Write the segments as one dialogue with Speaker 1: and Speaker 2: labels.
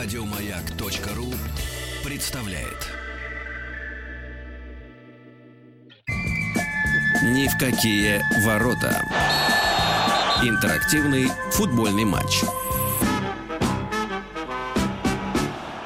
Speaker 1: Радиомаяк.ру представляет. Ни в какие ворота. Интерактивный футбольный матч.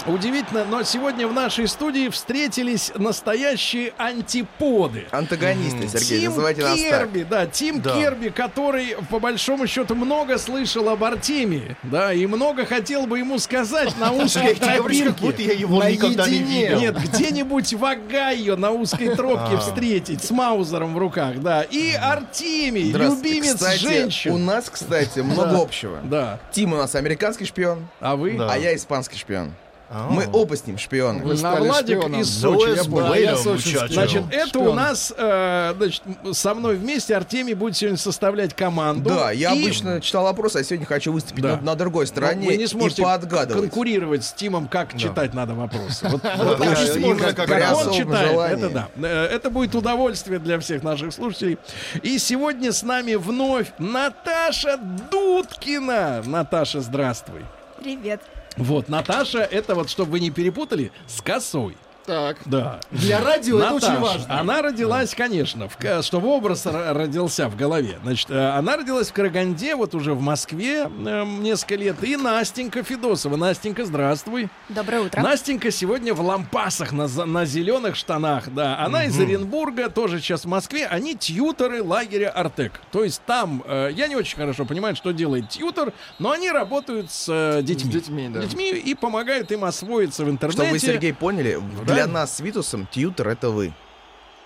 Speaker 2: Удивительно, но сегодня в нашей студии встретились настоящие антиподы.
Speaker 3: Антагонисты, Сергей,
Speaker 2: Тим
Speaker 3: называйте нас так.
Speaker 2: Керби, да, Тим
Speaker 4: Да.
Speaker 2: Керби, который по большому счету много слышал об Артемии, да, и много хотел бы ему сказать на узкой тропинке.
Speaker 4: я его
Speaker 5: никогда не видел.
Speaker 2: Нет, где-нибудь в Агайо на узкой тропке встретить с Маузером в руках, да. И Артемий,
Speaker 3: Здравствуйте.
Speaker 2: любимец
Speaker 3: Кстати, У
Speaker 2: женщин.
Speaker 3: нас, кстати, много общего.
Speaker 2: Да.
Speaker 3: Тим у нас американский шпион,
Speaker 2: А вы?
Speaker 4: Да.
Speaker 3: а я испанский шпион.
Speaker 2: А.
Speaker 3: Мы оба с ним шпионы.
Speaker 5: Вы стали
Speaker 2: Владик
Speaker 5: шпионом.
Speaker 2: из Сочи, я
Speaker 5: Да,
Speaker 2: понял.
Speaker 5: я
Speaker 4: Bueno,
Speaker 5: сочинский.
Speaker 4: muchacho.
Speaker 2: Значит,
Speaker 4: Шпион.
Speaker 2: это у нас, э, значит, м- со мной вместе Артемий будет сегодня составлять команду.
Speaker 3: Да, я
Speaker 2: И
Speaker 3: обычно читал опрос, а сегодня хочу выступить
Speaker 2: Да.
Speaker 3: на, на другой стороне
Speaker 2: Вы не
Speaker 3: и
Speaker 2: сможете
Speaker 3: поотгадывать.
Speaker 2: конкурировать с Тимом, как читать надо вопросы. Вот, вот
Speaker 4: Вот
Speaker 2: как
Speaker 4: так
Speaker 2: он
Speaker 4: же,
Speaker 2: сможет,
Speaker 4: именно как
Speaker 2: как
Speaker 3: раз.
Speaker 2: он
Speaker 3: Особого
Speaker 2: читает,
Speaker 3: желания.
Speaker 2: это да. Э, Это будет удовольствие для всех наших слушателей. И сегодня с нами вновь Наташа Дудкина. Наташа, здравствуй.
Speaker 6: Привет.
Speaker 2: Вот, Наташа, это вот, чтобы вы не перепутали, с косой.
Speaker 5: Так.
Speaker 2: Да.
Speaker 5: Для радио это
Speaker 2: Наташа,
Speaker 5: очень важно.
Speaker 2: Она родилась, конечно, в, К- чтобы образ р- родился в голове. Значит, э, она родилась в Караганде, вот уже в Москве эм, несколько лет. И Настенька Федосова. Настенька, здравствуй.
Speaker 6: Доброе утро.
Speaker 2: Настенька сегодня в лампасах на, за- на зеленых штанах. Да, она из Оренбурга, тоже сейчас в Москве. Они тьюторы лагеря Артек. То есть там э, я не очень хорошо понимаю, что делает тьютор, но они работают с э, детьми.
Speaker 5: С детьми, да.
Speaker 2: Детьми и помогают им освоиться в интернете.
Speaker 3: Чтобы вы, Сергей, поняли,
Speaker 2: Ну да.
Speaker 3: для нас с Витусом тьютер — это вы.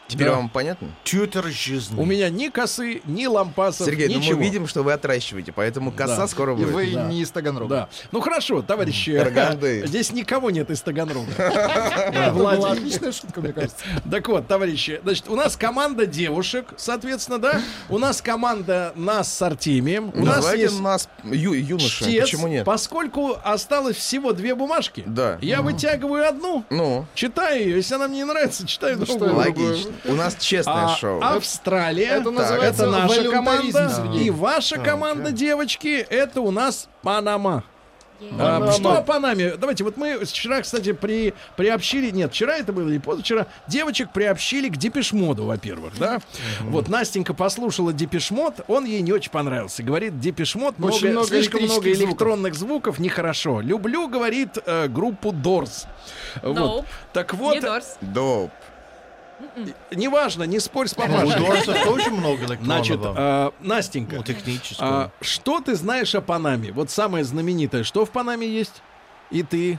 Speaker 3: Теперь
Speaker 2: Да.
Speaker 3: вам понятно?
Speaker 4: Тьютер жизни.
Speaker 2: У меня ни косы, ни лампасов,
Speaker 3: Сергей, ну
Speaker 2: ничего.
Speaker 3: мы видим, что вы отращиваете, поэтому коса
Speaker 2: Да.
Speaker 3: скоро
Speaker 5: И
Speaker 3: будет.
Speaker 5: вы
Speaker 2: Да.
Speaker 5: не из Таганрога.
Speaker 2: Да. Ну хорошо, товарищи.
Speaker 3: Караганды.
Speaker 2: Здесь никого нет из Таганрога.
Speaker 5: Это
Speaker 3: ну,
Speaker 5: была
Speaker 2: Владик.
Speaker 5: отличная шутка, мне кажется.
Speaker 2: Так вот, товарищи, значит, у нас команда девушек, соответственно, да? У нас команда нас с Артемием. У нас
Speaker 3: Давайте
Speaker 2: есть
Speaker 3: нас, ю- юноши,
Speaker 2: чтец.
Speaker 3: почему нет?
Speaker 2: Поскольку осталось всего две бумажки,
Speaker 3: Да.
Speaker 2: я вытягиваю одну,
Speaker 3: Ну,
Speaker 2: читаю ее. Если она мне не нравится, читаю другую.
Speaker 3: логично. У нас
Speaker 2: А,
Speaker 3: честное шоу.
Speaker 2: Австралия,
Speaker 5: Это
Speaker 2: Так.
Speaker 5: называется
Speaker 2: это наша
Speaker 5: волюнтаризм, э.
Speaker 2: команда,
Speaker 5: Сергей.
Speaker 2: и ваша команда, девочки, это у нас Панама. А,
Speaker 5: Панама.
Speaker 2: Что о Панаме? Давайте, вот мы вчера, кстати, при, приобщили, нет, вчера это было или позавчера, девочек приобщили к депешмоду, во-первых, да? Вот Настенька послушала депешмод, он ей не очень понравился. Говорит, депешмод, много,
Speaker 5: Очень много
Speaker 2: слишком много
Speaker 5: электрических звуков.
Speaker 2: электронных звуков, нехорошо. Люблю, говорит, э, группу Дорс. Вот.
Speaker 6: Nope.
Speaker 2: Так вот,
Speaker 6: Недорс.
Speaker 3: Доп.
Speaker 2: неважно, не спорь с
Speaker 4: У
Speaker 2: папашей.
Speaker 4: Дорсов тоже много
Speaker 2: Значит,
Speaker 4: электронного.
Speaker 2: э, Настенька,
Speaker 4: Ну, технического.
Speaker 2: а, что ты знаешь о Панаме? Вот самое знаменитое, что в Панаме есть? И ты,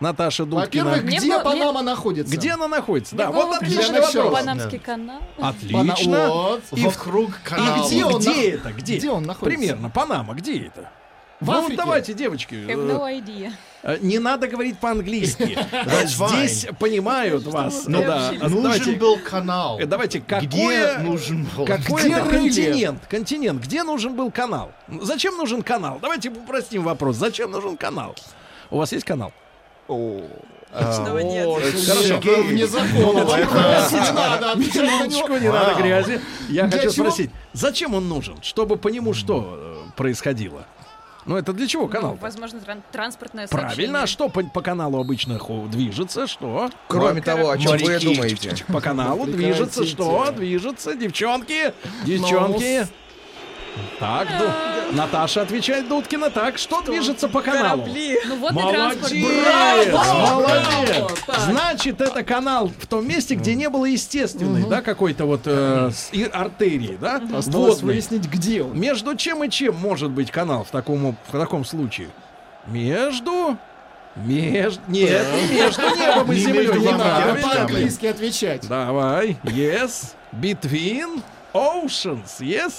Speaker 2: Наташа Дудкина.
Speaker 5: Во-первых,
Speaker 6: Мне
Speaker 5: где
Speaker 6: было-
Speaker 5: Панама находится?
Speaker 2: Где она находится?
Speaker 6: Мне
Speaker 2: Да,
Speaker 6: в голову
Speaker 2: вот
Speaker 6: пришла
Speaker 2: отличный
Speaker 5: для начала.
Speaker 2: вопрос.
Speaker 6: Панамский канал.
Speaker 5: Пана-
Speaker 2: Отлично.
Speaker 5: Вот.
Speaker 2: и в-
Speaker 4: Вокруг
Speaker 2: И
Speaker 4: канала.
Speaker 2: где,
Speaker 5: он
Speaker 2: где
Speaker 5: нах-
Speaker 2: это? Где?
Speaker 5: где он находится?
Speaker 2: Примерно. Панама, где это?
Speaker 5: В
Speaker 2: ну,
Speaker 5: Африке?
Speaker 2: давайте, девочки,
Speaker 6: Have
Speaker 2: э,
Speaker 7: ну-
Speaker 6: no idea.
Speaker 2: э, не надо говорить по-английски. Э,
Speaker 4: fine.
Speaker 2: Здесь понимают вас.
Speaker 6: Ну,
Speaker 2: Ну да.
Speaker 4: Нужен
Speaker 2: Давайте,
Speaker 4: был канал.
Speaker 2: э, давайте,
Speaker 4: Где
Speaker 2: какое
Speaker 4: нужен был?
Speaker 2: Какой
Speaker 5: Где
Speaker 2: это
Speaker 5: рельеф?
Speaker 2: континент? Континент. Где нужен был канал? Зачем нужен канал? Давайте упростим вопрос. Зачем нужен канал? У вас есть канал? а,
Speaker 6: Точного нет.
Speaker 2: Хорошо.
Speaker 5: Сергей, Мне за голову. Спросить надо, а отвечать на него.
Speaker 2: Секундочку, не надо
Speaker 4: Вау.
Speaker 2: грязи. Я
Speaker 5: Для
Speaker 2: хочу
Speaker 5: чего?
Speaker 2: спросить, зачем он нужен? Чтобы по нему что э, происходило? Ну это для чего канал?
Speaker 6: Возможно, тран- транспортное сообщение.
Speaker 2: Правильно, а что по, по каналу обычно ху- движется? Что?
Speaker 3: Кроме того, о чем вы
Speaker 4: моряки.
Speaker 3: думаете?
Speaker 2: По каналу Ну, движется что? Движется, девчонки, девчонки. Так, Ду- Наташа отвечает Дудкина. Так, что движется по каналу?
Speaker 6: Ну вот и
Speaker 2: Молодец!
Speaker 6: транспорт.
Speaker 2: Молодец!
Speaker 6: Так.
Speaker 2: Значит, это канал в том месте, где не было естественной, да, какой-то вот э, с- и- артерии, да,
Speaker 5: Осталось
Speaker 2: водной.
Speaker 5: выяснить, где он.
Speaker 2: Между чем и чем может быть канал в таком, об- в таком случае? Между... Между... Нет, не между небом и
Speaker 4: Не
Speaker 2: землей.
Speaker 4: между
Speaker 2: не
Speaker 4: вами,
Speaker 2: правильно.
Speaker 4: а
Speaker 5: Надо по-английски отвечать.
Speaker 2: Давай. Yes. Between oceans. Yes.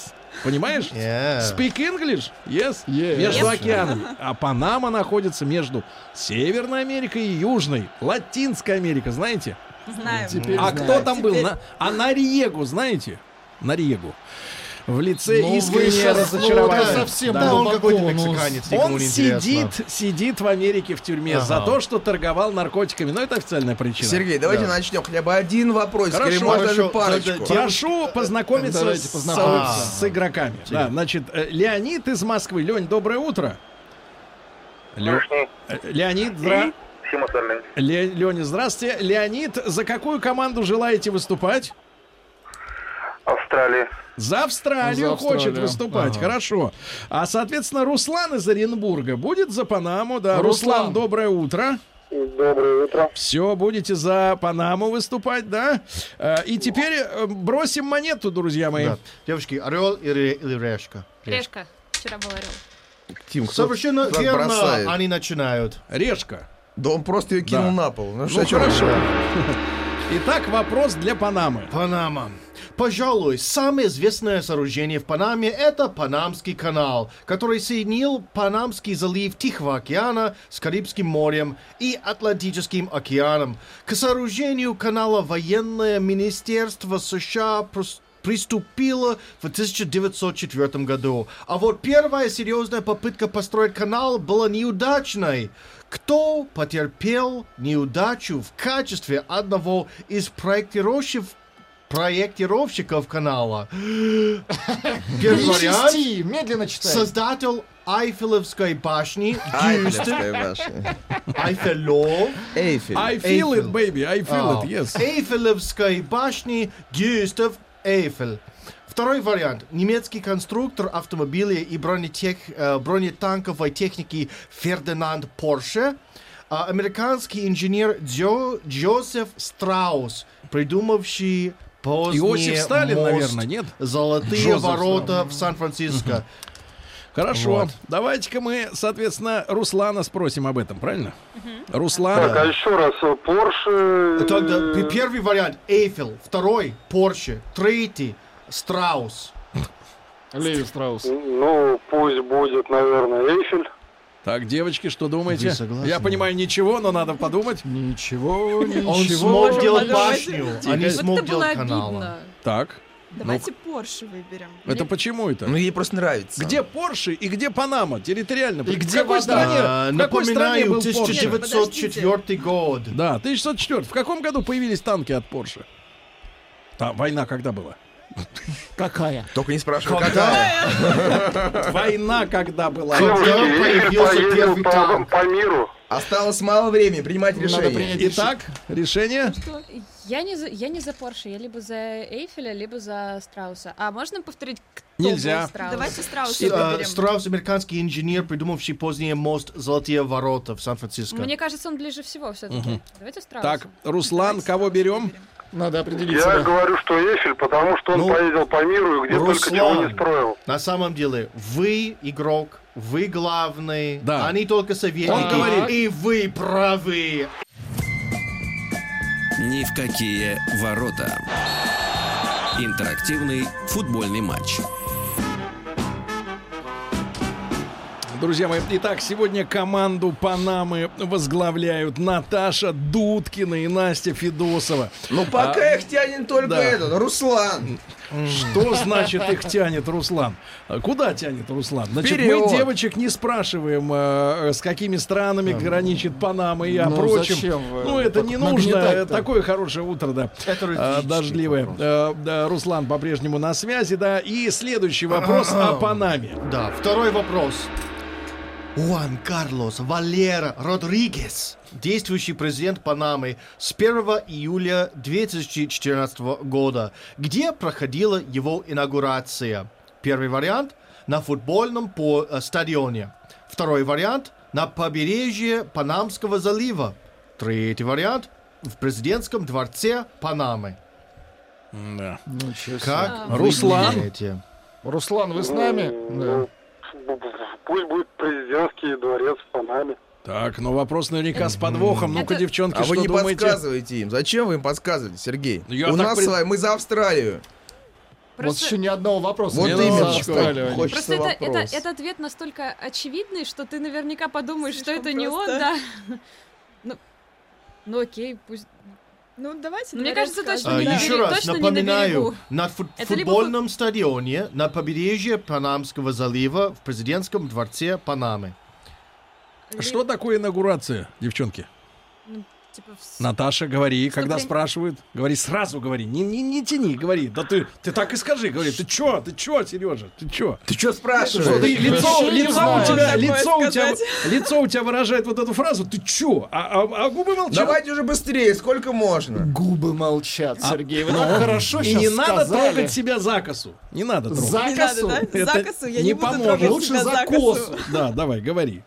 Speaker 2: Понимаешь?
Speaker 4: Yeah.
Speaker 2: Speak English? Yes.
Speaker 5: Yes.
Speaker 2: Между
Speaker 4: Yes.
Speaker 2: океанами. А Панама находится между Северной Америкой и Южной. Латинская Америка, знаете?
Speaker 6: Знаем.
Speaker 5: Теперь
Speaker 2: А
Speaker 5: знаю.
Speaker 2: кто там был?
Speaker 6: Теперь-
Speaker 2: На... А Нариегу, знаете? Нариегу. В лице
Speaker 5: Ну, вы
Speaker 2: искреннее
Speaker 5: щас, ну,
Speaker 2: разочарование.
Speaker 5: да, совсем
Speaker 2: Да.
Speaker 5: был.
Speaker 4: он какой-то
Speaker 5: Баконус.
Speaker 4: мексиканец, никому
Speaker 2: Он
Speaker 4: не интересно.
Speaker 2: сидит, сидит в Америке в тюрьме за
Speaker 4: Ага.
Speaker 2: то, что торговал наркотиками. Но это официальная причина.
Speaker 3: Сергей, давайте
Speaker 5: Да.
Speaker 3: начнем хотя бы один вопрос,
Speaker 2: Хорошо,
Speaker 3: или может даже
Speaker 4: хорошо.
Speaker 3: парочку.
Speaker 4: Тогда
Speaker 2: Прошу познакомиться,
Speaker 5: Давайте
Speaker 2: с-
Speaker 5: познакомимся.
Speaker 2: С, с игроками. Да, значит, э, Леонид из Москвы. Лень, доброе утро. Лё- э, Леонид, здра...
Speaker 7: Всем остальным.
Speaker 2: Ле- Лёня, здравствуйте. Леонид, за какую команду желаете выступать?
Speaker 7: Австралии.
Speaker 2: За Австралию,
Speaker 5: За Австралию.
Speaker 2: хочет выступать, хорошо. А, соответственно, Руслан из Оренбурга будет за Панаму, да. Руслан,
Speaker 5: Руслан.
Speaker 2: доброе утро.
Speaker 7: Доброе утро.
Speaker 2: Все, будете за Панаму выступать, да? Э, И теперь э, бросим монету, друзья мои.
Speaker 4: Да. Девочки, орел или, или решка?
Speaker 6: Решка. Вчера был орел.
Speaker 3: Тим, кто-
Speaker 4: Совершенно
Speaker 3: кто
Speaker 4: верно
Speaker 3: бросает?
Speaker 4: они начинают.
Speaker 2: Решка.
Speaker 3: Да он просто ее кинул
Speaker 2: Да.
Speaker 3: на пол. Ну,
Speaker 2: Ну,
Speaker 3: что, чё вы?
Speaker 2: хорошо. Итак, вопрос для Панамы.
Speaker 4: Панама. Пожалуй, самое известное сооружение в Панаме – это Панамский канал, который соединил Панамский залив Тихого океана с Карибским морем и Атлантическим океаном. К сооружению канала военное министерство США прос- приступила в 1904 году. А вот первая серьезная попытка построить канал была неудачной. Кто потерпел неудачу в качестве одного из проектировщиков проектировщиков канала. Первый вариант.
Speaker 5: Перечисти, медленно читай.
Speaker 4: Создатель Айфелевской башни
Speaker 3: Ай,
Speaker 4: Гюстав
Speaker 3: блядь, ваши.
Speaker 4: Айфелов.
Speaker 3: Эйфель.
Speaker 2: I feel it,
Speaker 4: Эйфел.
Speaker 2: baby, I feel
Speaker 4: А,
Speaker 2: it, yes.
Speaker 4: Эйфелевской башни Гюстав Эйфель. Второй вариант. Немецкий конструктор автомобилей и бронетех, э, бронетанковой техники Фердинанд Порше. А, американский инженер Джо- Джозеф Страус, придумавший позднее
Speaker 2: Иосиф Сталин,
Speaker 4: мост
Speaker 2: наверное, нет?
Speaker 4: Золотые
Speaker 2: Джозеф
Speaker 4: ворота в Сан-Франциско.
Speaker 2: Хорошо.
Speaker 4: Вот.
Speaker 2: Давайте-ка мы, соответственно, Руслана спросим об этом, правильно? Руслан,
Speaker 7: Так, а еще раз, э, Порше...
Speaker 4: Тогда пе- первый вариант Эйфел, второй Порше, третий Страус.
Speaker 5: Леви Страус.
Speaker 7: Ну, пусть будет, наверное, Эйфель.
Speaker 2: так, девочки, что думаете?
Speaker 4: Вы согласны?
Speaker 2: Я понимаю, ничего, но надо подумать.
Speaker 5: Ничего,
Speaker 4: Он
Speaker 5: ничего.
Speaker 4: смог
Speaker 6: Боже
Speaker 4: делать
Speaker 6: мой, давайте.
Speaker 4: башню, а не
Speaker 6: Вот это
Speaker 4: смог
Speaker 6: было
Speaker 4: делать канал.
Speaker 6: обидно.
Speaker 2: Так, Ну.
Speaker 8: Давайте Порше выберем.
Speaker 2: это почему это?
Speaker 3: Ну, ей просто нравится.
Speaker 2: Где Порше и где Панама? Территориально.
Speaker 5: И
Speaker 2: В
Speaker 5: где
Speaker 2: какой
Speaker 5: вода?
Speaker 2: стране,
Speaker 4: А,
Speaker 2: в какой стране
Speaker 4: Напоминаю,
Speaker 2: был Порше?
Speaker 8: Нет,
Speaker 4: 1904 год.
Speaker 2: Да, 1904. В каком году появились танки от Порше? Там война когда была?
Speaker 5: Какая?
Speaker 3: Только не спрашивай, какая.
Speaker 2: Война когда была?
Speaker 4: Как-
Speaker 7: Девушки, Эйфель
Speaker 4: появился первый
Speaker 7: поедет по,
Speaker 4: танк.
Speaker 7: по миру.
Speaker 3: Осталось мало времени принимать решение.
Speaker 5: принять.
Speaker 2: Итак, решение?
Speaker 6: Что? Я не за, я не за Порше, я либо за Эйфеля, либо за Страуса. А можно повторить, кто
Speaker 2: Нельзя.
Speaker 6: был Страус?
Speaker 8: Давайте Страуса
Speaker 4: Э,
Speaker 8: выберем.
Speaker 4: Страус, американский инженер, придумавший позднее мост Золотые ворота в Сан-Франциско.
Speaker 6: Мне кажется, он ближе всего все-таки. Давайте Страуса.
Speaker 2: Так, Руслан, кого берем?
Speaker 5: Надо определиться.
Speaker 7: Я
Speaker 5: да.
Speaker 7: говорю, что Эйфель, потому что он
Speaker 4: Ну,
Speaker 7: поездил по миру и где только чего
Speaker 4: Руслан.
Speaker 7: не строил.
Speaker 4: На самом деле, вы игрок, вы главный,
Speaker 2: Да.
Speaker 4: они только
Speaker 2: Он говорит.
Speaker 4: советники, и вы правы.
Speaker 1: Ни в какие ворота. Интерактивный футбольный матч.
Speaker 2: Друзья мои, итак, сегодня команду Панамы возглавляют Наташа Дудкина и Настя Федосова.
Speaker 3: Ну, пока их тянет только
Speaker 2: А. да.
Speaker 3: этот, Руслан.
Speaker 2: Что значит их тянет Руслан? А Куда тянет Руслан? Значит,
Speaker 3: Вперед!
Speaker 2: мы девочек не спрашиваем, э, с какими странами граничит Панама и о
Speaker 5: Ну,
Speaker 2: прочем.
Speaker 5: зачем вы
Speaker 2: ну, это
Speaker 5: так
Speaker 2: не нужно. Э,
Speaker 5: нагнетать-то?
Speaker 2: Такое хорошее утро, да.
Speaker 4: Это
Speaker 2: А,
Speaker 4: различный
Speaker 2: дождливое.
Speaker 4: вопрос.
Speaker 2: Э, да, Руслан по-прежнему на связи, да. И следующий вопрос о Панаме.
Speaker 4: Да, второй вопрос. Хуан Карлос Валера Родригес, действующий президент Панамы с 1 июля 2014 года. Где проходила его инаугурация? Первый вариант – на футбольном по э, стадионе. Второй вариант – на побережье Панамского залива. Третий вариант – в президентском дворце Панамы.
Speaker 2: Да.
Speaker 5: Ну, Ничего себе.
Speaker 4: Как вы
Speaker 2: Руслан?
Speaker 4: думаете?
Speaker 5: Руслан, вы с нами?
Speaker 7: Ну, б- б- Пусть будет президентский дворец в Панаме.
Speaker 2: Так, ну вопрос наверняка с подвохом. Ну-ка,
Speaker 6: Это-
Speaker 2: девчонки,
Speaker 3: А
Speaker 2: Ну, что
Speaker 3: вы не
Speaker 2: думаете? Ну,
Speaker 3: подсказываете им. Зачем вы им подсказываете, Сергей?
Speaker 2: Я
Speaker 3: У
Speaker 2: так
Speaker 3: нас
Speaker 2: пред-
Speaker 3: с вами, мы за Австралию.
Speaker 5: Вот
Speaker 6: Просто,
Speaker 5: еще ни одного вопроса.
Speaker 3: Вот
Speaker 5: не
Speaker 3: именно.
Speaker 5: задали они.
Speaker 3: Хочется
Speaker 6: просто это, это,
Speaker 3: вопрос.
Speaker 6: это ответ настолько очевидный, что ты наверняка подумаешь,
Speaker 8: Слишком
Speaker 6: что это не он,
Speaker 8: просто.
Speaker 6: да. Ну, ну окей, пусть.
Speaker 8: Ну, давайте.
Speaker 6: Мне
Speaker 8: наверное,
Speaker 6: кажется, точно
Speaker 8: скажем.
Speaker 4: А,
Speaker 6: не на
Speaker 4: Еще
Speaker 6: берегу,
Speaker 4: раз
Speaker 6: точно не на
Speaker 4: напоминаю,
Speaker 6: берегу.
Speaker 4: на, фут-
Speaker 6: Это либо
Speaker 4: футбольном стадионе на побережье Панамского залива в президентском дворце Панамы.
Speaker 2: А Что такое инаугурация, девчонки?
Speaker 8: Типа, в с-
Speaker 2: Наташа, говори, когда
Speaker 8: ты-
Speaker 2: спрашивают, говори сразу, говори, не, не, не тяни, говори, да ты, ты так и скажи, говори, ты чё, ты чё, Сережа, ты чё?
Speaker 3: Ты что
Speaker 2: Что ты-
Speaker 3: спрашиваешь?
Speaker 2: лицо,
Speaker 5: вообще не
Speaker 2: лицо у
Speaker 5: знаю.
Speaker 2: тебя,
Speaker 8: Такое
Speaker 2: лицо у тебя,
Speaker 8: сказать.
Speaker 2: лицо у тебя выражает вот эту фразу, ты чё, а, а- а губы молчат.
Speaker 3: Давайте уже быстрее, сколько можно?
Speaker 5: Губы молчат, Сергей. Вы так хорошо
Speaker 2: И не
Speaker 5: щас
Speaker 2: надо
Speaker 5: сказали.
Speaker 2: трогать себя за косу, не надо трогать.
Speaker 5: За
Speaker 8: не надо,
Speaker 5: косу.
Speaker 8: да?
Speaker 2: Это
Speaker 8: За косу я
Speaker 2: не
Speaker 8: не, буду
Speaker 2: поможет.
Speaker 8: трогать
Speaker 5: Лучше
Speaker 8: тебя
Speaker 5: за
Speaker 8: за косу.
Speaker 5: косу.
Speaker 2: Да, давай, говори.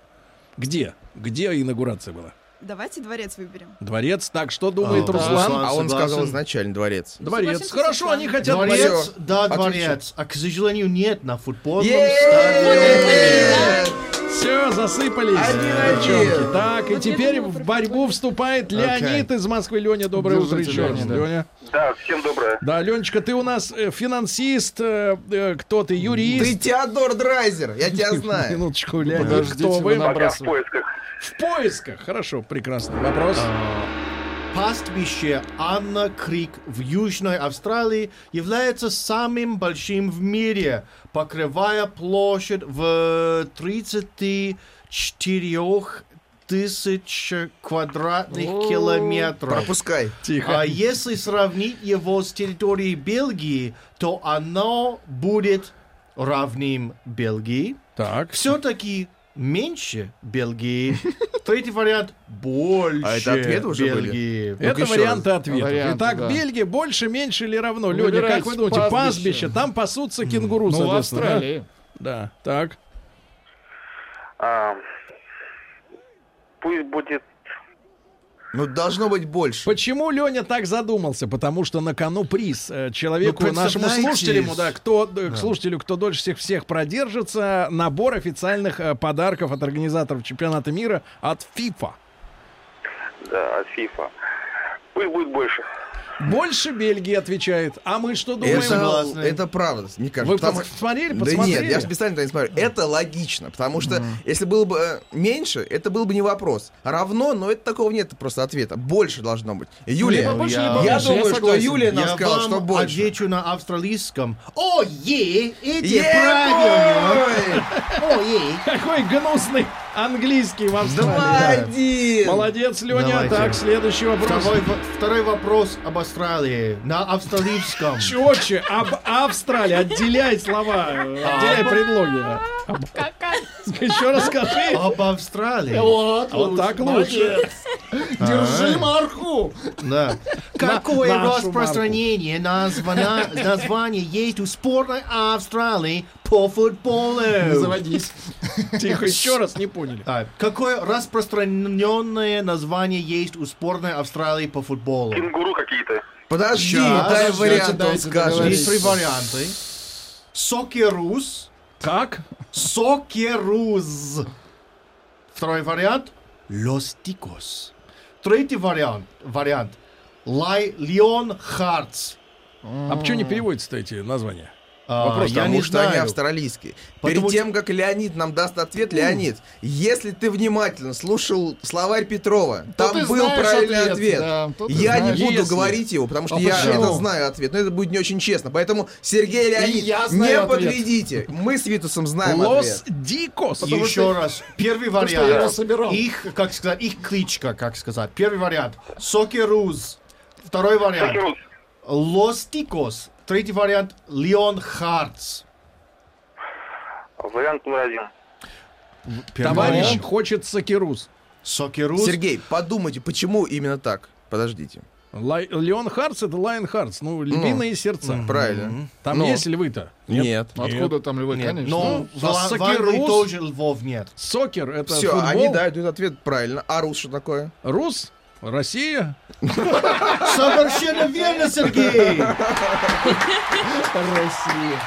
Speaker 2: Где? Где инаугурация была?
Speaker 8: Давайте дворец выберем.
Speaker 2: Дворец, так что думает
Speaker 4: А, да,
Speaker 2: Руслан?
Speaker 4: Руслан.
Speaker 3: А он
Speaker 4: согласен.
Speaker 3: сказал изначально дворец.
Speaker 2: Дворец.
Speaker 6: Согласен,
Speaker 2: Хорошо,
Speaker 6: Руслан.
Speaker 2: они хотят дворец.
Speaker 4: Дворец,
Speaker 3: Всё,
Speaker 4: да,
Speaker 3: отвечу.
Speaker 4: дворец. А, к сожалению, нет на футбольном стадионе.
Speaker 3: Е-е-е!
Speaker 2: Все, засыпались.
Speaker 3: Один-один.
Speaker 2: девчонки. Так, и
Speaker 6: Вот я
Speaker 2: теперь
Speaker 6: думала
Speaker 2: в
Speaker 6: про
Speaker 2: борьбу вступает Леонид из Москвы. Леня, доброе утро
Speaker 5: Держите,
Speaker 2: еще раз.
Speaker 5: Леонид, да.
Speaker 2: Леня.
Speaker 7: Да, всем доброе.
Speaker 2: Да, Ленечка, ты у нас э, финансист, э, э, кто ты,
Speaker 3: Ты
Speaker 2: юрист?
Speaker 3: Теодор Драйзер, я тебя знаю.
Speaker 2: Минуточку, Леонид,
Speaker 5: Подождите,
Speaker 2: кто вы?
Speaker 5: вы
Speaker 7: Пока в
Speaker 5: Набрасывай.
Speaker 7: поисках.
Speaker 2: В поисках. Хорошо, прекрасный вопрос.
Speaker 4: Пастбище Анна Крик в Южной Австралии является самым большим в мире, покрывая площадь в 34 тысяч квадратных километров.
Speaker 3: Пропускай.
Speaker 2: Тихо.
Speaker 4: А если сравнить его с территорией Бельгии, то оно будет равным Бельгии.
Speaker 2: Так.
Speaker 4: Ну, Все-таки меньше Бельгии. Третий вариант больше
Speaker 3: А это ответы уже были?
Speaker 4: Бельгии.
Speaker 2: Это
Speaker 3: еще
Speaker 2: варианты ответа.
Speaker 5: Варианты,
Speaker 2: Итак,
Speaker 5: да.
Speaker 2: Бельгия больше, меньше или равно? Люди,
Speaker 5: Выбирайте
Speaker 2: как вы думаете, пастбище,
Speaker 5: пастбище,
Speaker 2: там пасутся кенгуру,
Speaker 5: Ну, в
Speaker 2: соответственно, да?
Speaker 5: Австралии.
Speaker 2: Да, так.
Speaker 7: А, пусть будет...
Speaker 3: Ну, должно быть больше.
Speaker 2: Почему Леня так задумался? Потому что на кону приз э, человеку,
Speaker 4: Ну,
Speaker 2: нашему
Speaker 4: представляете?
Speaker 2: слушателю, да, кто, э, к слушателю, кто дольше всех всех продержится, набор официальных э, подарков от организаторов чемпионата мира от FIFA.
Speaker 7: Да, от FIFA. Пусть будет больше.
Speaker 2: Больше Бельгии отвечает. А мы что думаем?
Speaker 4: согласны.
Speaker 3: Это, это правда, мне кажется.
Speaker 2: Вы
Speaker 3: потому-
Speaker 2: посмотрели,
Speaker 3: Да
Speaker 2: посмотрели?
Speaker 3: нет, я же специально это не смотрю. Это логично, потому что если было бы э, меньше, это был бы не вопрос. Равно, но это такого нет просто ответа. Больше должно быть. Юлия,
Speaker 5: Либо больше,
Speaker 4: Ну, я-
Speaker 5: либо
Speaker 4: я
Speaker 3: я
Speaker 5: меньше,
Speaker 3: думаю, что
Speaker 5: согласен.
Speaker 3: Юлия нам
Speaker 4: Я
Speaker 3: сказала,
Speaker 4: вам
Speaker 3: что больше.
Speaker 4: отвечу на австралийском. О, е, эти
Speaker 3: Е-бой!
Speaker 4: правильно. О, е.
Speaker 2: Какой гнусный английский в Австралии.
Speaker 3: Два, один.
Speaker 2: Молодец, Леня.
Speaker 4: Давайте.
Speaker 2: Так, следующий вопрос.
Speaker 4: Второй, во- второй вопрос об Австралии на австралийском.
Speaker 2: Четче, об Австралии. Отделяй слова, э, отделяй предлоги. Еще раз скажи.
Speaker 4: Об Австралии.
Speaker 5: Вот,
Speaker 2: Вот так лучше.
Speaker 5: молодец. Держи марку.
Speaker 4: А? Да. Какое
Speaker 2: на- нашу
Speaker 4: распространение названа- название есть у спорной Австралии по футболу?
Speaker 5: Заводись.
Speaker 2: Тихо, еще раз, не поняли.
Speaker 4: А, какое распространенное название есть у спорной Австралии по футболу?
Speaker 7: Кенгуру какие-то.
Speaker 3: Подожди,
Speaker 4: А,
Speaker 5: Щас,
Speaker 3: дай
Speaker 5: подождите,
Speaker 3: вариант, он
Speaker 5: дайте
Speaker 4: Есть
Speaker 3: скажет.
Speaker 5: договорить.
Speaker 4: три варианты. Сокерус.
Speaker 2: Как?
Speaker 4: Сокерус. Второй вариант. Лос Тикос. Третий вариант. Вариант. Лай Леон Хартс.
Speaker 2: А почему не переводятся эти названия?
Speaker 4: А,
Speaker 3: Вопрос,
Speaker 4: я
Speaker 3: потому
Speaker 4: не
Speaker 3: что они
Speaker 4: знаю.
Speaker 3: австралийские.
Speaker 4: Потому
Speaker 3: Перед
Speaker 4: что-
Speaker 3: тем, как Леонид нам даст ответ, Леонид, если ты внимательно слушал словарь Петрова,
Speaker 5: То
Speaker 3: там
Speaker 5: Ну, ты
Speaker 3: был
Speaker 5: знаешь
Speaker 3: правильный
Speaker 5: ответ,
Speaker 3: ответ.
Speaker 5: да, то ты
Speaker 3: я
Speaker 5: знаешь.
Speaker 3: не буду
Speaker 2: Если.
Speaker 3: говорить его, потому что
Speaker 5: А
Speaker 3: я
Speaker 5: почему?
Speaker 3: это знаю ответ, но это будет не очень честно. Поэтому, Сергей и Леонид,
Speaker 5: я знаю
Speaker 3: не
Speaker 5: ответ.
Speaker 3: подведите. Мы с Витусом знаем
Speaker 2: Лос
Speaker 3: ответ.
Speaker 2: Дикос.
Speaker 4: Еще раз. Первый
Speaker 5: что я его
Speaker 4: вариант.
Speaker 5: собирал.
Speaker 4: Их, как сказать, их кличка, как сказать. Первый вариант. Сокерус. Второй вариант.
Speaker 7: Кенгуру.
Speaker 4: Лос Тикос. Третий вариант. Леон Хартс.
Speaker 7: Вариант номер один.
Speaker 2: Товарищ
Speaker 4: вариант.
Speaker 2: хочет сакирус.
Speaker 4: Сокерус.
Speaker 3: Сергей, подумайте, почему именно так? Подождите.
Speaker 2: Лай- Леон Хартс это Лайон Хартс. Ну, львиные сердца.
Speaker 3: Правильно.
Speaker 2: Там
Speaker 3: Ну.
Speaker 2: есть львы-то?
Speaker 3: Нет.
Speaker 5: Откуда там львы,
Speaker 4: Нет,
Speaker 5: конечно.
Speaker 4: но
Speaker 2: Ну,
Speaker 4: в Ла- в Англии
Speaker 2: Сокерус.
Speaker 4: тоже львов нет.
Speaker 2: Сокер это
Speaker 3: Все,
Speaker 2: футбол.
Speaker 3: они дают ответ правильно. А рус что такое?
Speaker 2: Рус, Россия.
Speaker 4: Совершенно верно, Сергей!
Speaker 5: Россия.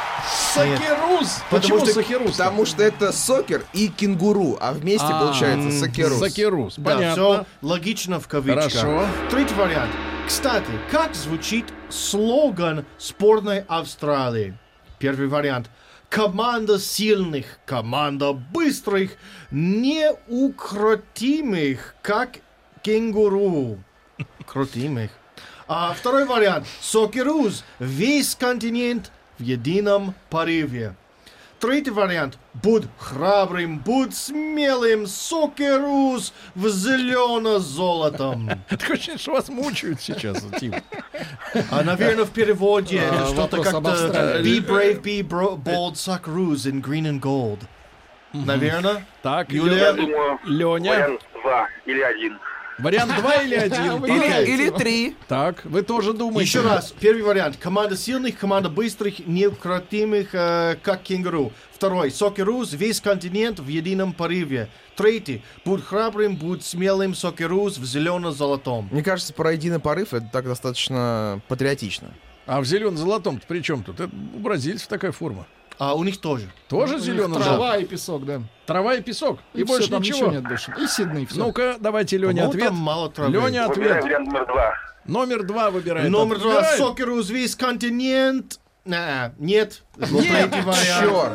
Speaker 2: Сакирус. Почему
Speaker 4: Потому что-
Speaker 2: сакирус?
Speaker 3: Потому что это сокер и кенгуру, а вместе
Speaker 2: А,
Speaker 3: получается сокерус.
Speaker 2: Сакирус.
Speaker 4: Да,
Speaker 2: Понятно.
Speaker 4: все логично в кавычках.
Speaker 2: Хорошо.
Speaker 4: Третий вариант. Кстати, как звучит слоган сборной Австралии? Первый вариант. Команда сильных, команда быстрых, неукротимых, как кенгуру. Крутимых. А второй вариант. Сокерус. Весь континент в едином порыве. Третий вариант. Будь храбрым, будь смелым, сокерус в зелено-золотом.
Speaker 2: Такое ощущение, что вас мучают сейчас, Тим.
Speaker 4: А, наверное, в переводе это что-то
Speaker 5: вопрос об
Speaker 4: как-то...
Speaker 5: Австралии.
Speaker 4: Be brave, be bro- bold, sockerus in green and gold. Наверное.
Speaker 2: Так,
Speaker 4: Юлия.
Speaker 7: думаю,
Speaker 2: Леня.
Speaker 7: два или один.
Speaker 2: Вариант 2 или 1?
Speaker 4: Окей.
Speaker 3: Или три.
Speaker 2: Так, вы тоже думаете.
Speaker 4: Еще раз, первый вариант. Команда сильных, команда быстрых, неукротимых, э, как кенгуру. Второй. Сокерус, весь континент в едином порыве. Третий. Будь храбрым, будь смелым, сокерус в зелено-золотом.
Speaker 3: Мне кажется, про единый порыв это так достаточно патриотично.
Speaker 2: А в зелено-золотом-то при чем тут? Это у бразильцев такая форма.
Speaker 4: А у них тоже.
Speaker 2: Тоже
Speaker 5: зеленый.
Speaker 2: зелено-золотом.
Speaker 5: Ну, Трава и песок, да.
Speaker 2: Трава и песок. И,
Speaker 5: всё,
Speaker 2: больше
Speaker 5: там
Speaker 2: ничего.
Speaker 5: нет больше. Ну, И Сидней, все.
Speaker 2: Ну-ка, давайте, Леня,
Speaker 4: По-моему,
Speaker 2: ответ.
Speaker 4: Ну, там мало травы. Э,
Speaker 2: Леня, ответ.
Speaker 7: вариант номер два.
Speaker 2: Номер два выбирает.
Speaker 4: Номер два.
Speaker 2: Отбирает.
Speaker 4: Сокерус, весь континент. Э, нет. Вот третий вариант.
Speaker 3: Черт!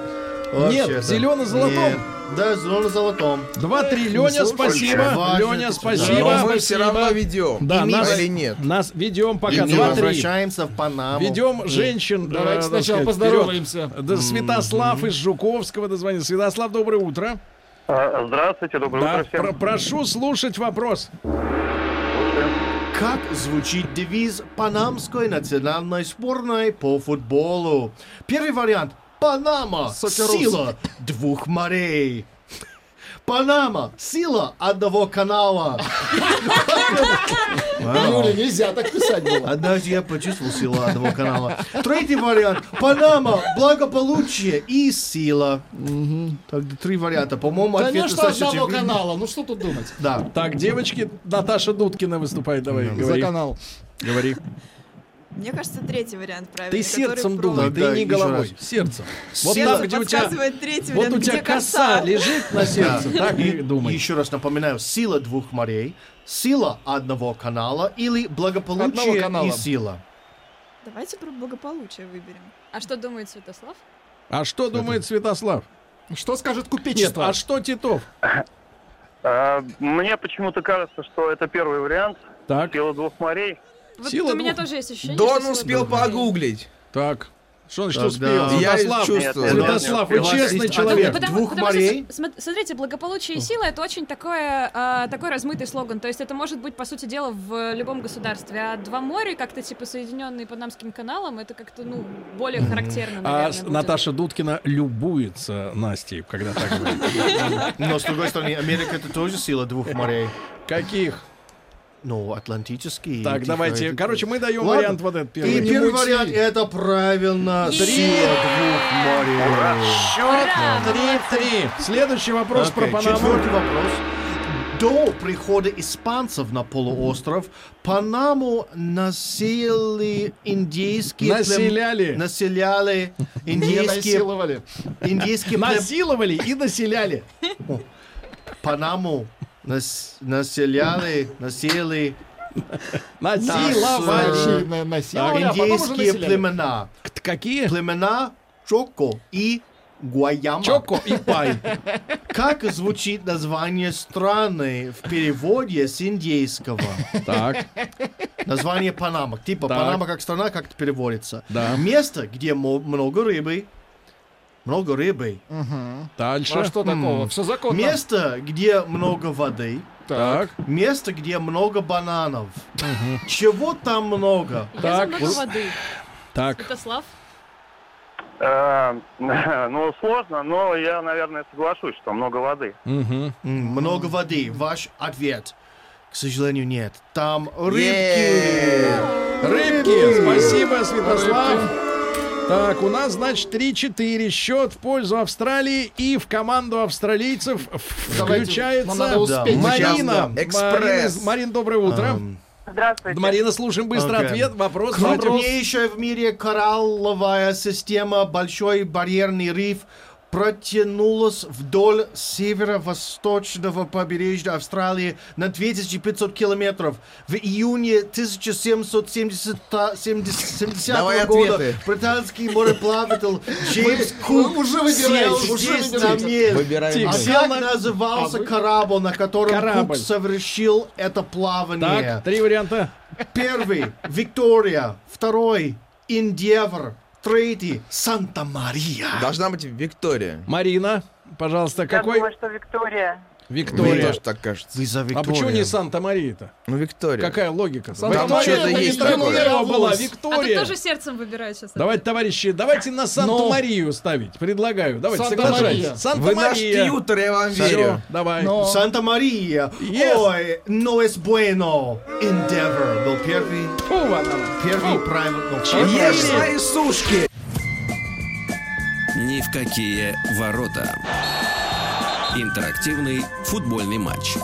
Speaker 4: Вообще,
Speaker 2: Нет,
Speaker 4: да.
Speaker 2: зелено-золотом.
Speaker 4: Нет. Да, зелено-золотом.
Speaker 2: Два-три. Леня, спасибо.
Speaker 4: Важно
Speaker 2: Леня,
Speaker 4: это,
Speaker 2: спасибо.
Speaker 3: Но мы все равно ведем.
Speaker 2: Да,
Speaker 3: Или
Speaker 2: нас,
Speaker 3: нет?
Speaker 2: нас ведем пока
Speaker 4: И мы
Speaker 2: два-три.
Speaker 4: возвращаемся в Панаму.
Speaker 2: Ведем женщин. э,
Speaker 5: Давайте
Speaker 2: так
Speaker 5: сначала
Speaker 2: сказать,
Speaker 5: поздороваемся.
Speaker 2: вперед. Да, Святослав из Жуковского дозвонился. Святослав, доброе утро.
Speaker 7: А, Здравствуйте, доброе
Speaker 2: Да,
Speaker 7: утро всем.
Speaker 2: про- прошу слушать вопрос.
Speaker 4: Как звучит девиз панамской национальной сборной по футболу? Первый вариант. Панама.
Speaker 5: Сокерус.
Speaker 4: Сила двух морей. Панама. Сила одного канала.
Speaker 5: Юля, нельзя так писать было.
Speaker 4: Однажды я почувствовал силу одного канала. Третий вариант. Панама. Благополучие и сила. Так, три варианта. По-моему, ответ
Speaker 5: Конечно,
Speaker 4: достаточно
Speaker 5: одного
Speaker 4: очевиден.
Speaker 5: канала. Ну что тут думать?
Speaker 4: Да.
Speaker 2: Так, девочки, Наташа Дудкина выступает. Давай,
Speaker 5: За
Speaker 2: говори.
Speaker 5: канал.
Speaker 2: говори.
Speaker 8: Мне кажется, третий вариант правильный.
Speaker 2: Ты
Speaker 8: который
Speaker 2: сердцем
Speaker 8: про-
Speaker 2: думай,
Speaker 4: Да,
Speaker 2: ты не
Speaker 4: еще
Speaker 2: головой. Сердцем. Вот
Speaker 4: Сердце
Speaker 2: там, где у тебя...
Speaker 8: Подсказывает третий
Speaker 2: Вот
Speaker 8: вариант,
Speaker 2: у тебя
Speaker 8: где
Speaker 2: коса лежит на сердце, так и думай.
Speaker 4: Еще раз напоминаю, сила двух морей, сила одного канала или
Speaker 5: Одного
Speaker 4: благополучие
Speaker 5: канала.
Speaker 4: и сила.
Speaker 8: Давайте про благополучие выберем.
Speaker 6: А что думает Святослав?
Speaker 2: А что думает Святослав?
Speaker 5: Что скажет
Speaker 2: Нет,
Speaker 5: купечество?
Speaker 2: а что Титов?
Speaker 7: А, Мне почему-то кажется, что это первый вариант.
Speaker 2: Так,
Speaker 7: Сила двух морей.
Speaker 6: Вот
Speaker 2: Сила
Speaker 6: у меня
Speaker 2: двух.
Speaker 6: тоже есть ощущение, что
Speaker 3: Дон
Speaker 6: сила
Speaker 3: успел
Speaker 6: двух мужей.
Speaker 3: погуглить.
Speaker 2: так. Что значит
Speaker 4: Да,
Speaker 2: успел?
Speaker 4: да.
Speaker 3: Я
Speaker 2: Святослав,
Speaker 3: чувствую.
Speaker 7: Нет, нет,
Speaker 2: Святослав,
Speaker 7: нет,
Speaker 2: вы
Speaker 7: нет.
Speaker 2: честный
Speaker 4: Есть
Speaker 2: человек.
Speaker 6: Ну, Потому,
Speaker 4: Двух
Speaker 6: потому что,
Speaker 4: морей?
Speaker 6: см- смотрите, благополучие и сила это очень такое, а, такой размытый слоган. То есть это может быть, по сути дела, в любом государстве. А два моря, как-то типа соединенные Панамским каналом, это как-то, ну, более характерно, наверное,
Speaker 2: А с-
Speaker 6: будет.
Speaker 2: Наташа Дудкина любуется Настей, когда так говорит.
Speaker 4: Но с другой стороны, Америка это тоже сила двух морей.
Speaker 2: Каких?
Speaker 4: Ну, Атлантический.
Speaker 2: Так, давайте. Короче, мы даем
Speaker 4: Ладно.
Speaker 2: вариант вот этот
Speaker 4: И
Speaker 2: первый.
Speaker 4: первый вариант это правильно.
Speaker 6: Е-е-е!
Speaker 4: Сила двух морей.
Speaker 6: Ура!
Speaker 2: Три-три. Следующий вопрос
Speaker 4: Окей,
Speaker 2: про Панаму.
Speaker 4: Четвертый вопрос. До прихода испанцев на полуостров Панаму насели индейские... плем-
Speaker 2: Населяли.
Speaker 4: Населяли
Speaker 5: Не
Speaker 4: индейские...
Speaker 5: насиловали.
Speaker 4: индейские плем-
Speaker 2: Насиловали и населяли.
Speaker 4: Панаму нас- населяли... Насели...
Speaker 2: А Насиловали.
Speaker 5: Очевидно, насиловали, а потом уже
Speaker 4: Индейские
Speaker 5: населяли.
Speaker 4: племена.
Speaker 2: К- Какие?
Speaker 4: Племена Чоко и Гуаяма.
Speaker 2: Чоко и Пай.
Speaker 4: Как звучит название страны в переводе с индейского?
Speaker 2: Так,
Speaker 4: Название Панама. Типа
Speaker 2: Так.
Speaker 4: Панама как страна как-то переводится.
Speaker 2: Да.
Speaker 4: Место, где мо- много рыбы. Много рыбы.
Speaker 5: А
Speaker 2: дальше.
Speaker 5: Ну, что такого? Все законно.
Speaker 4: Место, где много воды.
Speaker 2: Так,
Speaker 4: Место, где много бананов. Чего там много?
Speaker 6: Я
Speaker 2: Так,
Speaker 6: за много
Speaker 2: вот.
Speaker 6: воды.
Speaker 2: так.
Speaker 6: Святослав,
Speaker 7: А, Ну, сложно, но я, наверное, соглашусь, что много воды.
Speaker 2: Мгм.
Speaker 4: М, Много воды. Ваш ответ. К сожалению, нет. Там
Speaker 3: Е-е-е. Э,
Speaker 4: рыбки.
Speaker 2: Рыбки. Спасибо, Святослав. Так, у нас, значит, 3-4 счет в пользу Австралии. И в команду австралийцев в-
Speaker 5: Давайте,
Speaker 2: включается
Speaker 5: нам надо успеть.
Speaker 2: Марина.
Speaker 3: Сейчас, да. Экспресс.
Speaker 2: Марина, Марин, доброе утро.
Speaker 4: Эм,
Speaker 7: Здравствуйте.
Speaker 2: Марина, слушаем быстро
Speaker 4: Окей.
Speaker 2: ответ. Вопрос. давайте.
Speaker 4: Крупнейшая в мире коралловая система Большой барьерный риф протянулась вдоль северо-восточного побережья Австралии на 2500 километров. В июне 1770
Speaker 3: Давай
Speaker 4: года
Speaker 3: ответы.
Speaker 4: британский мореплаватель Джеймс Кук
Speaker 5: уже
Speaker 4: сел
Speaker 5: выбираете, уже
Speaker 4: здесь на
Speaker 5: выбираете.
Speaker 4: нефть.
Speaker 3: Выбираем.
Speaker 2: Тихо.
Speaker 3: мы.
Speaker 4: Как назывался корабль, на котором
Speaker 2: А Корабль.
Speaker 4: Кук совершил это плавание?
Speaker 2: Так, три варианта.
Speaker 4: Первый Виктория, второй Индевр, Третий – Санта-Мария.
Speaker 3: Должна быть Виктория.
Speaker 2: Марина, пожалуйста, какой?
Speaker 9: Я думаю, что Виктория.
Speaker 3: Мне
Speaker 2: Виктория.
Speaker 3: тоже так кажется.
Speaker 4: Вы за
Speaker 2: А почему
Speaker 4: Викторию.
Speaker 2: не Санта-Мария-то?
Speaker 3: Ну, Виктория.
Speaker 2: Какая логика?
Speaker 3: что-то
Speaker 2: Санта-Мария
Speaker 3: есть
Speaker 2: это
Speaker 3: такое.
Speaker 2: Венера была,
Speaker 6: А ты
Speaker 2: Виктория.
Speaker 6: тоже сердцем выбирай сейчас.
Speaker 2: Давайте, товарищи, давайте на Санту-Марию ставить. Предлагаю. Давайте,
Speaker 5: Санта-Мария.
Speaker 2: соглашайтесь.
Speaker 3: Вы наш
Speaker 2: Санта-Мария.
Speaker 3: тьютер, я вам
Speaker 2: Всё,
Speaker 3: верю.
Speaker 2: давай.
Speaker 5: Но-
Speaker 4: Санта-Мария.
Speaker 2: Yes.
Speaker 4: Ой, no es bueno. Endeavor был первый.
Speaker 2: Фу, вам надо.
Speaker 4: Первый правильный. ну, первый.
Speaker 3: Ешь свои сушки.
Speaker 1: Ни в какие ворота. Интерактивный футбольный матч.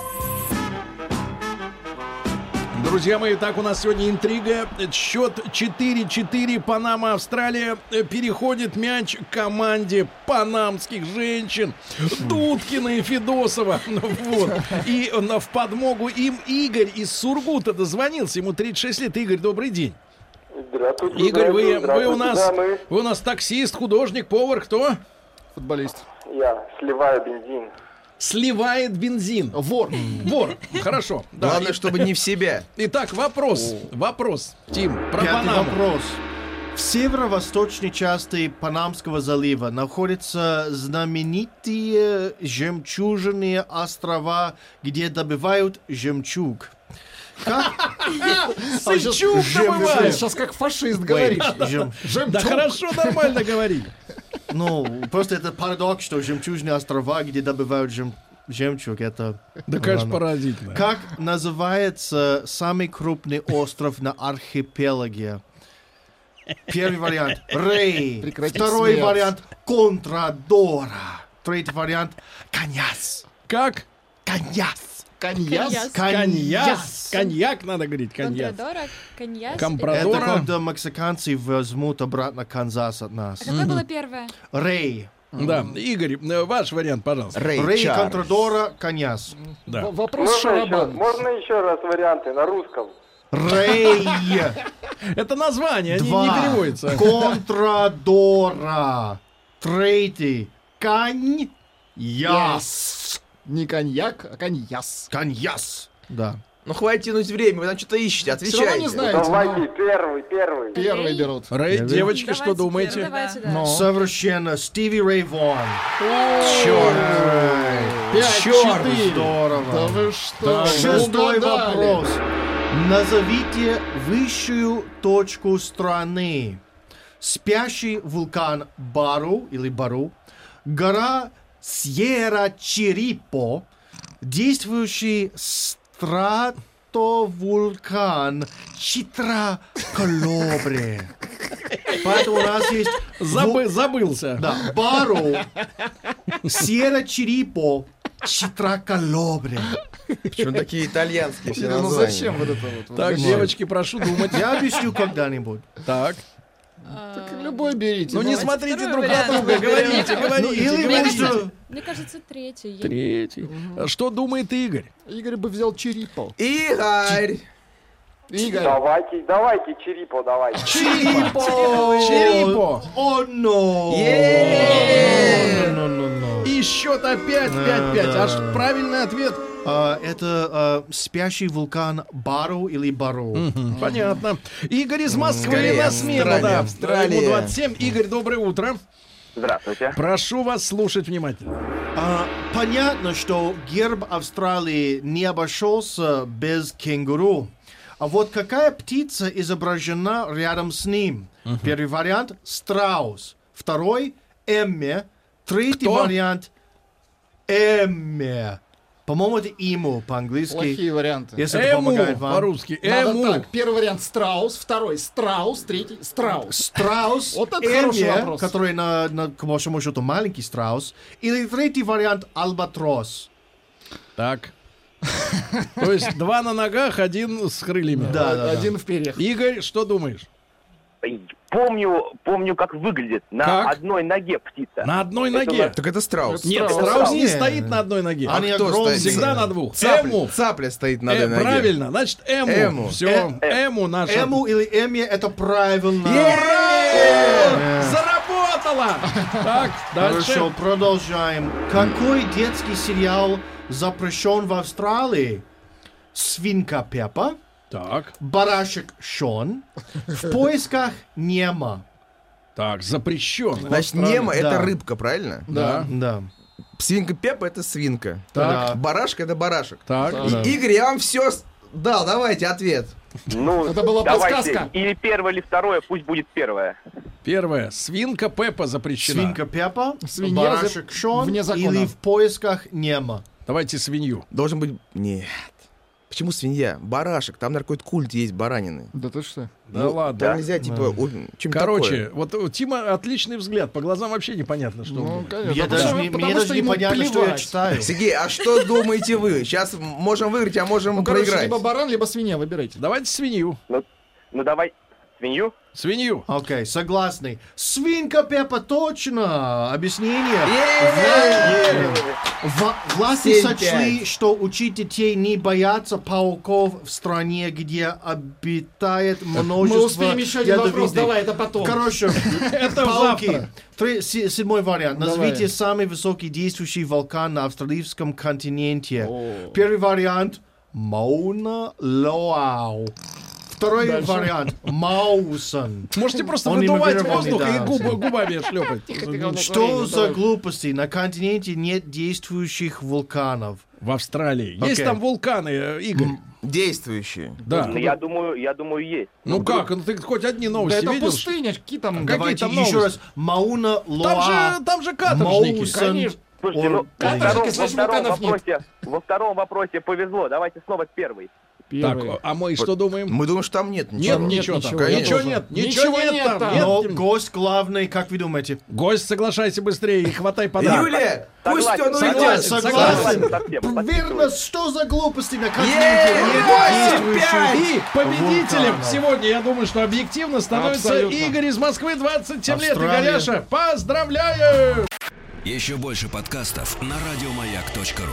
Speaker 2: Друзья мои, так у нас сегодня интрига. Счет 4-4. Панама, Австралия. Э, Переходит мяч к команде панамских женщин. Дудкина и Федосова. Ну, Вот. И э, в подмогу им Игорь из Сургута дозвонился. Ему 36 лет. Игорь, добрый день.
Speaker 7: Здравствуйте.
Speaker 2: Игорь, вы, вы, у, нас, вы у нас таксист, художник, повар, кто?
Speaker 5: Футболист.
Speaker 7: Я сливаю бензин.
Speaker 2: Сливает бензин.
Speaker 5: Вор.
Speaker 2: Вор. Хорошо. Да.
Speaker 3: Главное, чтобы не в себя.
Speaker 2: Итак, вопрос. Вопрос, Тим, про
Speaker 4: Пятый
Speaker 2: Панаму.
Speaker 4: вопрос. В северо-восточной части Панамского залива находятся знаменитые жемчужные острова, где добывают жемчуг. А
Speaker 2: Сычук добывает.
Speaker 5: Сейчас как фашист говоришь.
Speaker 4: Жем-
Speaker 2: Да хорошо, нормально говори.
Speaker 4: Ну, просто это парадокс, что жемчужные острова, где добывают жем- жемчуг, это...
Speaker 2: Да,
Speaker 4: Ну,
Speaker 2: конечно,
Speaker 4: ладно.
Speaker 2: поразительно.
Speaker 4: Как называется самый крупный остров на архипелаге? Первый вариант – Рей.
Speaker 5: Прекрати
Speaker 4: Второй
Speaker 5: смеяться.
Speaker 4: вариант – Контрадора. Третий вариант – Коньяс.
Speaker 2: Как?
Speaker 4: Коньяс.
Speaker 5: Коньяс.
Speaker 2: Коньяс. Коньяк надо говорить, коньяк.
Speaker 6: Контрадора, коньяс.
Speaker 4: Это
Speaker 2: Компрадора.
Speaker 4: когда мексиканцы возьмут обратно Канзас от
Speaker 6: А
Speaker 4: нас.
Speaker 6: какое было первое?
Speaker 4: Рей.
Speaker 2: Да, Игорь, э, ваш вариант, пожалуйста.
Speaker 3: Рэй,
Speaker 4: Рей,
Speaker 3: Чарльз.
Speaker 4: Контрадора, Коньяс.
Speaker 2: Да.
Speaker 5: В- Вопрос Шарабан.
Speaker 7: еще раз варианты на русском?
Speaker 4: Рей.
Speaker 2: Это название, они
Speaker 4: Два.
Speaker 2: не переводятся.
Speaker 4: Контрадора. Третий. Коньяс.
Speaker 5: Не коньяк, а коньяс.
Speaker 4: Коньяс. Да.
Speaker 3: Ну, хватит тянуть время, вы там что-то ищете,
Speaker 5: Все равно не
Speaker 4: Ну,
Speaker 3: отвечайте.
Speaker 5: знаете. но
Speaker 7: первый, первый.
Speaker 5: Первый берут. Ну,
Speaker 2: Рэй, девочки,
Speaker 6: Давайте,
Speaker 2: что думаете?
Speaker 6: Давайте, да.
Speaker 5: Но.
Speaker 4: Совершенно. Стиви Рэй Вон.
Speaker 5: Пять,
Speaker 4: Чёрт,
Speaker 5: четыре.
Speaker 4: здорово.
Speaker 5: Да вы что?
Speaker 4: Шестой
Speaker 5: угадали.
Speaker 4: вопрос. Назовите высшую точку страны. Спящий вулкан Бару или Бару, гора Сьерра-Чирипо, действующий стратовулкан Читра-Колобре. Поэтому у нас есть
Speaker 2: Забы- Забылся.
Speaker 4: да, Бару, Сьерра-Чирипо, Читра-Колобре.
Speaker 3: Почему такие итальянские все
Speaker 5: Ну
Speaker 3: названия?
Speaker 5: зачем вот это вот?
Speaker 2: Так,
Speaker 4: ну,
Speaker 5: Зачем?
Speaker 2: девочки, прошу думать.
Speaker 4: Я объясню когда-нибудь.
Speaker 2: Так.
Speaker 5: Так любой берите.
Speaker 2: Ну не
Speaker 5: давайте.
Speaker 2: смотрите
Speaker 8: второй
Speaker 2: друг на
Speaker 8: вариант.
Speaker 2: друга, говорите,
Speaker 4: Ну,
Speaker 2: говорите.
Speaker 4: или
Speaker 6: Мне
Speaker 4: можно...
Speaker 6: Мне кажется, третий. Я-
Speaker 2: Третий. А Что думает Игорь?
Speaker 5: Игорь бы взял черепал.
Speaker 3: Игорь!
Speaker 5: Игорь.
Speaker 7: Давайте, давайте, Черепо, давайте.
Speaker 4: Чирипо!
Speaker 2: Черепо.
Speaker 4: О, ну. но!
Speaker 3: Е-е-е!
Speaker 4: Но, но, но, но.
Speaker 2: И счет опять
Speaker 4: Да,
Speaker 2: 5-5.
Speaker 4: да,
Speaker 2: Аж
Speaker 4: да.
Speaker 2: правильный ответ.
Speaker 4: А, Это а, спящий вулкан Бару или Бару.
Speaker 2: Понятно. Игорь из Москвы
Speaker 3: Скорее,
Speaker 2: на смену.
Speaker 3: Австралия,
Speaker 2: Да,
Speaker 3: Австралия.
Speaker 2: Ему 27. Игорь, доброе утро.
Speaker 7: Здравствуйте.
Speaker 2: Прошу вас слушать внимательно.
Speaker 4: А, Понятно, что герб Австралии не обошелся без кенгуру. А вот какая птица изображена рядом с ним? Первый вариант – страус. Второй – эмме. Третий
Speaker 2: Кто?
Speaker 4: вариант – эмме. По-моему, это иму по-английски.
Speaker 5: Плохие варианты.
Speaker 4: Если это
Speaker 2: Эму
Speaker 4: помогает вам.
Speaker 2: по-русски.
Speaker 5: Надо
Speaker 2: Эму.
Speaker 5: так, первый вариант Страус, второй Страус, третий Страус.
Speaker 4: Страус,
Speaker 5: Вот это
Speaker 4: эмме,
Speaker 5: хороший вопрос.
Speaker 4: который, на, на, к большому счету, маленький страус. Или третий вариант – албатрос.
Speaker 2: Так. То есть два на ногах, один с крыльями.
Speaker 4: Да, да, да.
Speaker 5: Один в перьях.
Speaker 2: Игорь, что думаешь?
Speaker 7: Помню, помню, как выглядит на
Speaker 2: Как?
Speaker 7: одной ноге птица.
Speaker 2: На одной
Speaker 7: Это
Speaker 2: ноге.
Speaker 3: Так это страус.
Speaker 2: Нет,
Speaker 5: Страус.
Speaker 2: страус не
Speaker 4: Не.
Speaker 2: стоит на одной ноге.
Speaker 5: А
Speaker 4: Они
Speaker 3: кто
Speaker 4: огромные.
Speaker 3: стоит?
Speaker 2: Всегда на двух.
Speaker 3: Цапля,
Speaker 2: Эму.
Speaker 3: цапля стоит на
Speaker 2: Э,
Speaker 3: одной ноге.
Speaker 2: правильно, значит, эму.
Speaker 3: Эму.
Speaker 2: Все, эму наша.
Speaker 4: Эму или эмме – это правильно.
Speaker 2: Ура! Заработала! Так,
Speaker 4: Хорошо,
Speaker 2: дальше.
Speaker 4: продолжаем. Какой детский сериал запрещен в Австралии? Свинка Пеппа,
Speaker 2: Так.
Speaker 4: Барашек Шон, В поисках Нема.
Speaker 2: Так, запрещенная.
Speaker 3: Значит,
Speaker 4: правильно.
Speaker 3: нема это
Speaker 4: Да.
Speaker 3: рыбка, правильно?
Speaker 2: Да.
Speaker 4: Да.
Speaker 3: Свинка Пеппа это свинка.
Speaker 4: Так.
Speaker 3: Барашка это барашек.
Speaker 2: Так.
Speaker 5: Да.
Speaker 3: И- Игорь, я вам все дал, давайте ответ.
Speaker 7: Ну,
Speaker 5: Это была
Speaker 7: давайте,
Speaker 5: подсказка.
Speaker 7: Или первое, или второе, пусть будет первое.
Speaker 2: Первое. Свинка Пеппа запрещена.
Speaker 4: Свинка Пеппа,
Speaker 5: Свинья
Speaker 4: барашек
Speaker 5: за-
Speaker 4: Шон
Speaker 5: вне закона.
Speaker 4: или в поисках Нема.
Speaker 2: Давайте свинью.
Speaker 3: Должен быть... Нет. Почему свинья? Барашек. Там, наверное, какой-то культ есть баранины.
Speaker 5: Да ты что?
Speaker 2: Да
Speaker 3: Ну,
Speaker 2: ладно.
Speaker 3: Там нельзя, типа, о, чем
Speaker 2: Короче, вот у Тима отличный взгляд. По глазам вообще непонятно, что. он
Speaker 5: Ну,
Speaker 2: думает.
Speaker 5: конечно.
Speaker 4: Я
Speaker 5: потому
Speaker 4: даже
Speaker 5: что-
Speaker 4: не-
Speaker 5: потому
Speaker 4: Мне даже
Speaker 5: что
Speaker 4: не
Speaker 5: ему
Speaker 4: понятно, что я
Speaker 5: плевать.
Speaker 4: читаю.
Speaker 3: Сергей, а что думаете вы? Сейчас можем выиграть, а можем
Speaker 5: Ну, короче,
Speaker 3: проиграть.
Speaker 5: либо баран, либо свинья, выбирайте.
Speaker 2: Давайте свинью.
Speaker 7: Ну, ну давай свинью.
Speaker 2: Свинью.
Speaker 4: Окей, согласный. Свинка Пеппа, точно! Объяснение.
Speaker 3: Е-е-е!
Speaker 4: Вла- власти
Speaker 3: Семь-пять.
Speaker 4: сочли, что учить детей не бояться пауков в стране, где обитает
Speaker 5: Мы
Speaker 4: множество
Speaker 5: успеем еще один вопрос,
Speaker 4: ядовитых.
Speaker 5: давай, это потом.
Speaker 4: Короче,
Speaker 2: Это
Speaker 4: пауки.
Speaker 2: завтра.
Speaker 4: Три- се- Седьмой вариант.
Speaker 5: Давай.
Speaker 4: Назовите самый высокий действующий вулкан на австралийском континенте.
Speaker 5: О.
Speaker 4: Первый вариант Мауна Лоау. Второй вариант Маусон.
Speaker 2: Можете просто
Speaker 4: Он не
Speaker 2: выдувать
Speaker 4: мобилированный,
Speaker 2: воздух и
Speaker 4: да.
Speaker 2: губы- губами шлепать.
Speaker 4: Ну, Что за глупости? На континенте нет действующих вулканов.
Speaker 2: В Австралии. Есть
Speaker 4: Окей.
Speaker 2: там вулканы, э, Игорь.
Speaker 3: Действующие.
Speaker 2: Да.
Speaker 7: Ну, я думаю, я думаю, есть.
Speaker 2: Ну как, ну ты хоть одни
Speaker 5: Да
Speaker 2: новости
Speaker 5: это
Speaker 2: видел? что-
Speaker 5: пустыня, какие там...
Speaker 2: Какие
Speaker 4: Давайте
Speaker 2: там
Speaker 4: еще
Speaker 2: новости?
Speaker 4: раз. Мауна
Speaker 2: Там
Speaker 4: Лоау.
Speaker 2: же, там же каторжники.
Speaker 4: Моус.
Speaker 5: Конечно.
Speaker 7: Слушайте, ну, во
Speaker 5: Каторжники,
Speaker 7: втором, во
Speaker 5: слышь,
Speaker 7: втором
Speaker 5: вулканов нет.
Speaker 7: вопросе, во втором вопросе повезло. Давайте снова первый.
Speaker 2: Так,
Speaker 5: Первый.
Speaker 2: а мы что думаем?
Speaker 3: Мы думаем, что там нет
Speaker 2: Нет,
Speaker 3: ничего.
Speaker 5: Там нет
Speaker 2: ничего там.
Speaker 5: ничего, я
Speaker 2: Ничего
Speaker 5: тоже.
Speaker 2: нет,
Speaker 5: Ничего
Speaker 2: ничего нет
Speaker 5: нет
Speaker 2: там.
Speaker 5: там.
Speaker 4: Но
Speaker 2: Нет,
Speaker 4: гость главный, как вы думаете?
Speaker 2: Гость, соглашайся быстрее и хватай подарок.
Speaker 3: Юлия, пусть
Speaker 7: Согласен,
Speaker 3: он
Speaker 4: согласен,
Speaker 3: уйдет.
Speaker 4: согласен.
Speaker 7: Совсем,
Speaker 4: Верно, что за глупости на континенте
Speaker 3: Е-е-е,
Speaker 4: нет
Speaker 3: восемь, пять.
Speaker 4: действующих
Speaker 2: И победителем
Speaker 4: Вулкана.
Speaker 2: сегодня, я думаю, что объективно становится
Speaker 5: Абсолютно.
Speaker 2: Игорь из Москвы, 27 лет.
Speaker 4: Австралия.
Speaker 2: Игоряша, поздравляю!
Speaker 1: Еще больше подкастов на радиомаяк.ру.